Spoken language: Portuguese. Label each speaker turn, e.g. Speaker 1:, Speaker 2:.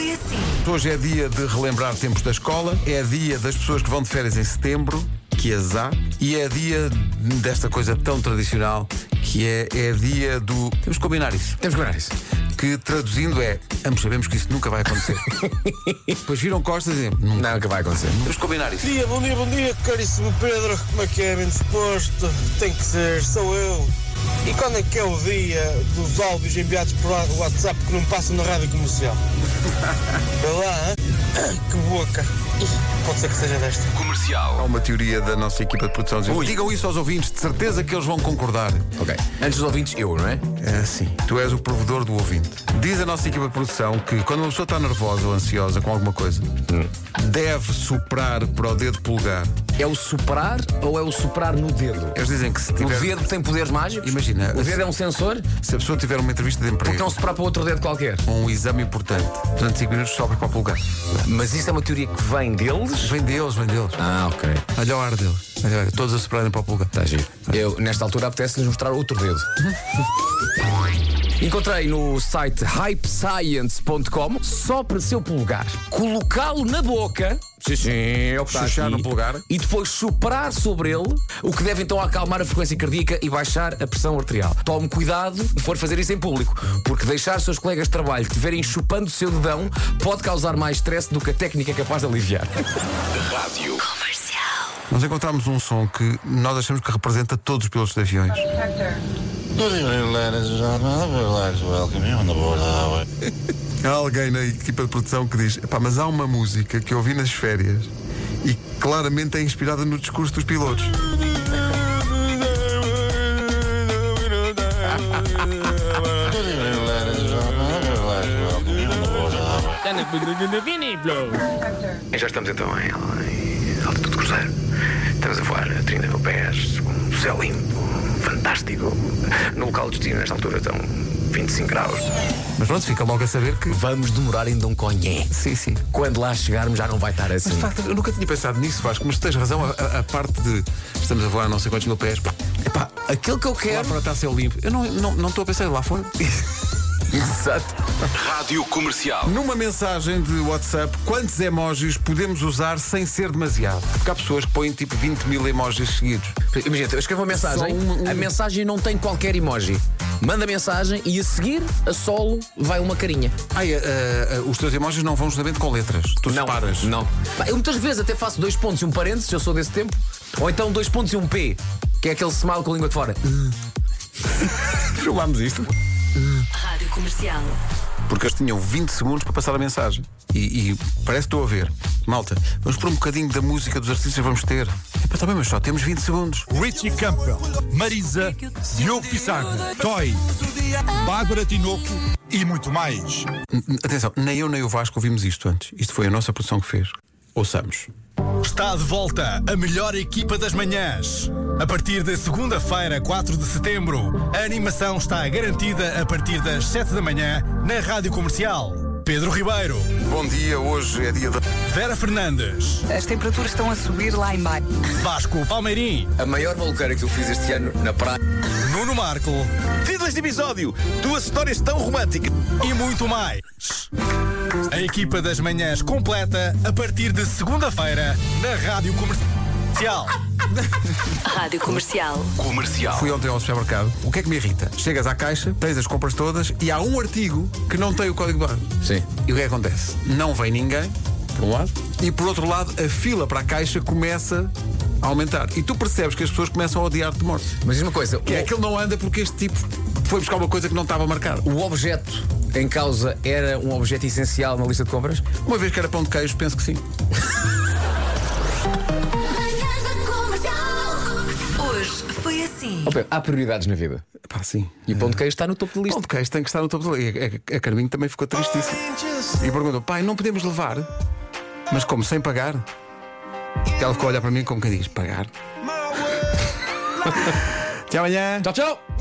Speaker 1: Portanto, hoje é dia de relembrar tempos da escola, é dia das pessoas que vão de férias em setembro, que as há, e é dia desta coisa tão tradicional que é, é dia do. Temos que combinar isso.
Speaker 2: Temos que guardar isso.
Speaker 1: Que traduzindo é, ambos sabemos que isso nunca vai acontecer. Depois viram costas e dizem, "Nunca."
Speaker 2: Não, que vai acontecer.
Speaker 1: Temos que combinar isso.
Speaker 3: Bom dia, bom dia, bom dia, caríssimo Pedro. Como é que é? Bem disposto? Tem que ser, sou eu. E quando é que é o dia dos áudios enviados por WhatsApp que não passam na rádio comercial? Vê lá, hein? que boca. Ih, Pode ser que seja desta.
Speaker 1: Há uma teoria da nossa equipa de produção. dizendo,
Speaker 2: Ui.
Speaker 1: Digam isso aos ouvintes, de certeza que eles vão concordar.
Speaker 2: Ok. Antes dos ouvintes, eu, não é?
Speaker 1: É assim. Tu és o provedor do ouvinte. Diz a nossa equipa de produção que quando uma pessoa está nervosa ou ansiosa com alguma coisa, deve soprar para o dedo polegar.
Speaker 2: É o soprar ou é o soprar no dedo?
Speaker 1: Eles dizem que se
Speaker 2: O
Speaker 1: tiver.
Speaker 2: dedo tem poderes mágicos?
Speaker 1: Imagina,
Speaker 2: O dedo
Speaker 1: se-
Speaker 2: é um sensor?
Speaker 1: Se a pessoa tiver uma entrevista de
Speaker 2: Porque
Speaker 1: emprego
Speaker 2: não soprar para outro dedo qualquer?
Speaker 1: ou um exame importante, durante 5 minutos sopra para o polegar.
Speaker 2: Mas isso é uma teoria que vem deles?
Speaker 1: Vem deles, vem deles.
Speaker 2: Ah, ok.
Speaker 1: Olha o ar deles. Olha, olha, todos a soprarem para o polegar.
Speaker 2: Está giro. Eu, nesta altura, apetece-lhes mostrar outro dedo. Encontrei no site hypescience.com só para seu polegar. Colocá-lo na boca. Sim, é sim,
Speaker 1: Chuchar no polegar.
Speaker 2: E depois soprar sobre ele, o que deve então acalmar a frequência cardíaca e baixar a pressão arterial. Tome cuidado de for fazer isso em público, porque deixar seus colegas de trabalho te verem chupando o seu dedão pode causar mais stress do que a técnica é capaz de aliviar.
Speaker 1: Nós encontramos um som que nós achamos que representa todos os pilotos de aviões.
Speaker 4: Good evening, ladies and gentlemen. I would like to welcome you on the board of the highway.
Speaker 1: Há alguém na equipa de produção que diz: pá, mas há uma música que eu ouvi nas férias e claramente é inspirada no discurso dos pilotos.
Speaker 4: Good evening, ladies and gentlemen. I would like to welcome you on the board of the highway.
Speaker 5: E já estamos então em, em altitude de cruzeiro. Estamos a voar a 30 mil pés, um céu limpo, fantástico. No local de destino, nesta altura, estão 25 graus.
Speaker 1: Mas pronto, fica logo a saber que.
Speaker 2: Vamos demorar ainda um conhé.
Speaker 1: Sim, sim.
Speaker 2: Quando lá chegarmos já não vai estar assim.
Speaker 1: Mas de facto, eu nunca tinha pensado nisso, Vasco, mas tens razão, a- a, a parte de estamos a voar a não sei quantos mil pés, pá,
Speaker 2: Epá, aquilo que eu
Speaker 1: lá
Speaker 2: quero.
Speaker 1: fora está a ser limpo. Eu não estou não, não estou a pensar lá fora.
Speaker 2: Exato.
Speaker 1: Numa mensagem de WhatsApp, quantos emojis podemos usar sem ser demasiado? Porque há pessoas que põem tipo 20 mil emojis seguidos.
Speaker 2: Imagina, eu escrevo uma mensagem,
Speaker 1: Só um- um-
Speaker 2: a mensagem não tem qualquer emoji. Manda a mensagem e a seguir, a solo, vai uma carinha.
Speaker 1: Ai, ah, ah, ah, os teus emojis não vão justamente com letras. Tu separas.
Speaker 2: Não. Pá, Eu muitas vezes até faço dois pontos e um parênteses, eu sou desse tempo. Ou então dois pontos e um P, que é aquele smile com a língua de fora.
Speaker 1: Filmámos isto.
Speaker 6: Rádio Comercial.
Speaker 1: Porque eles tinham 20 segundos para passar a mensagem. E, e parece que estou a ver. Malta, vamos por um bocadinho da música dos artistas que vamos ter. Epá, tá bem, mas só temos 20 segundos.
Speaker 7: Richie Campbell, Marisa, Diogo Pissarra, Toy, Bárbara Tinoco e muito mais.
Speaker 1: N- n- Atenção, nem eu nem o Vasco ouvimos isto antes. Isto foi a nossa produção que fez. Ouçamos.
Speaker 7: Está de volta a melhor equipa das manhãs. A partir da segunda-feira, 4 de setembro, a animação está garantida a partir das 7 da manhã na Rádio Comercial. Pedro Ribeiro,
Speaker 1: Bom dia, hoje é dia da.
Speaker 7: Vera Fernandes,
Speaker 8: As temperaturas estão a subir lá em baixo.
Speaker 7: Vasco Palmeirim,
Speaker 2: A maior maluqueira que eu fiz este ano na praia.
Speaker 7: Nuno Marco
Speaker 9: Título deste episódio: Duas histórias tão românticas.
Speaker 7: e muito mais. A equipa das manhãs completa a partir de segunda-feira na Rádio Comercial.
Speaker 6: Rádio Comercial.
Speaker 1: Fui ontem ao supermercado. O que é que me irrita? Chegas à caixa, tens as compras todas e há um artigo que não tem o código barra.
Speaker 2: Sim.
Speaker 1: E o que é que acontece? Não vem ninguém, por um lado, e por outro lado, a fila para a caixa começa a aumentar. E tu percebes que as pessoas começam a odiar-te de morte.
Speaker 2: Mas diz uma coisa,
Speaker 1: Que é
Speaker 2: o-
Speaker 1: aquele não anda porque este tipo foi buscar uma coisa que não estava marcada.
Speaker 2: o objeto em causa era um objeto essencial na lista de compras?
Speaker 1: Uma vez que era pão de queijo, penso que sim.
Speaker 6: Hoje foi assim.
Speaker 2: Ó, Pedro, há prioridades na vida.
Speaker 1: Pá, sim.
Speaker 2: E o pão de queijo está no topo da
Speaker 1: Pão
Speaker 2: lista.
Speaker 1: de queijo tem que estar no topo da lista. E A, a Carminho também ficou tristíssima. E perguntou: pai, não podemos levar? Mas como? Sem pagar? um Ela ficou a olhar para mim como quem diz: pagar? Até amanhã!
Speaker 2: Tchau, tchau!